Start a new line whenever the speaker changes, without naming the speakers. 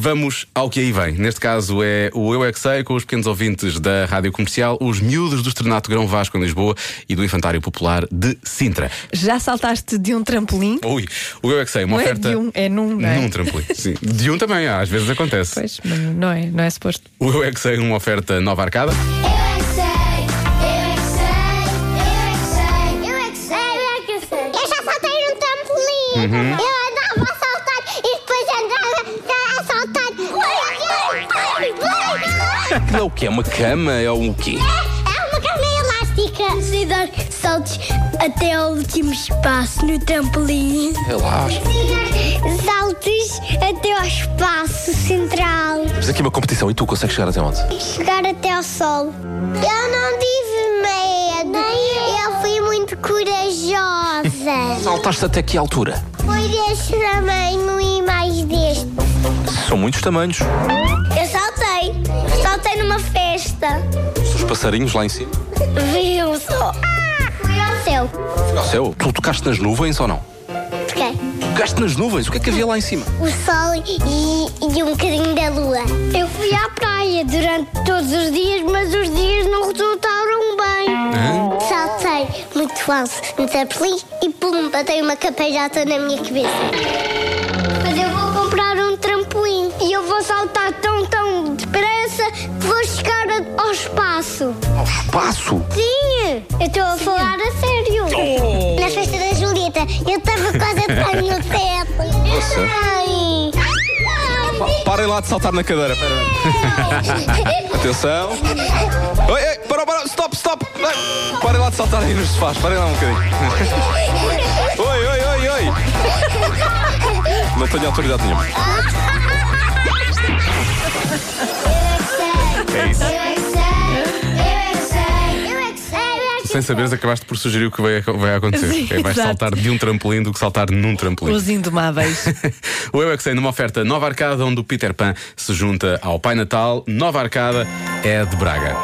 Vamos ao que aí vem. Neste caso é o Eu é que Sei, com os pequenos ouvintes da Rádio Comercial, os miúdos do Estrenato Grão Vasco em Lisboa e do Infantário Popular de Sintra.
Já saltaste de um trampolim?
Ui, o Eu é que Sei, uma
Não é
oferta.
de um, é num, não é?
Num trampolim, sim. De um também, há, às vezes acontece.
Pois, mas não é, não é suposto.
O Eu é que Sei, uma oferta nova arcada.
Eu é que sei, eu é que sei, eu é que sei, eu é que sei, eu é que sei. Eu já saltei num trampolim. Eu andava a saltar e depois andava a saltar.
Aquilo é o quê? Uma cama? É um quê?
É uma caminha elástica. Consegui dar saltos até ao último espaço no trampolim.
Relaxa.
Saltos até ao espaço central.
Mas aqui é uma competição e tu consegues chegar até onde?
chegar até ao sol. Eu não tive medo. Eu fui muito corajosa.
Saltaste até que altura?
Foi deste tamanho e mais deste.
São muitos tamanhos.
Eu saltei. Saltei numa festa.
Os passarinhos lá em cima.
Viram só. Fui ao céu.
Ao céu. Tu tocaste nas nuvens ou não?
Porquê?
Tocaste nas nuvens? O que é que havia lá em cima?
O sol e, e um bocadinho da lua. Eu fui à praia durante todos os dias, mas os dias não resultaram bem.
Hã?
Saltei muito alto no trampolim e pum, batei uma capeirata na minha cabeça. Mas eu vou comprar um trampolim e eu vou saltar tão, tão depressa que vou chegar a- ao espaço.
Ao espaço.
Sim, eu estou a falar a sério.
Oh!
Na festa da Julieta, eu estava quase a dar no teto.
Nossa.
Ai. Ai.
Parem lá de saltar na cadeira. Espera. Atenção. Oi, ei, parou, parou. Stop, stop. Ai, Parem lá de saltar aí nos sofás. Parem lá um bocadinho. Oi, oi, oi, oi. Não tenho autoridade nenhuma.
É isso. Sem
Sem
saberes, acabaste por sugerir o que vai, vai acontecer.
Sim,
é, vais
exato.
saltar de um trampolim do que saltar num trampolim.
Os indomáveis.
o Eu é que sei, numa oferta nova arcada, onde o Peter Pan se junta ao Pai Natal. Nova arcada é a de Braga.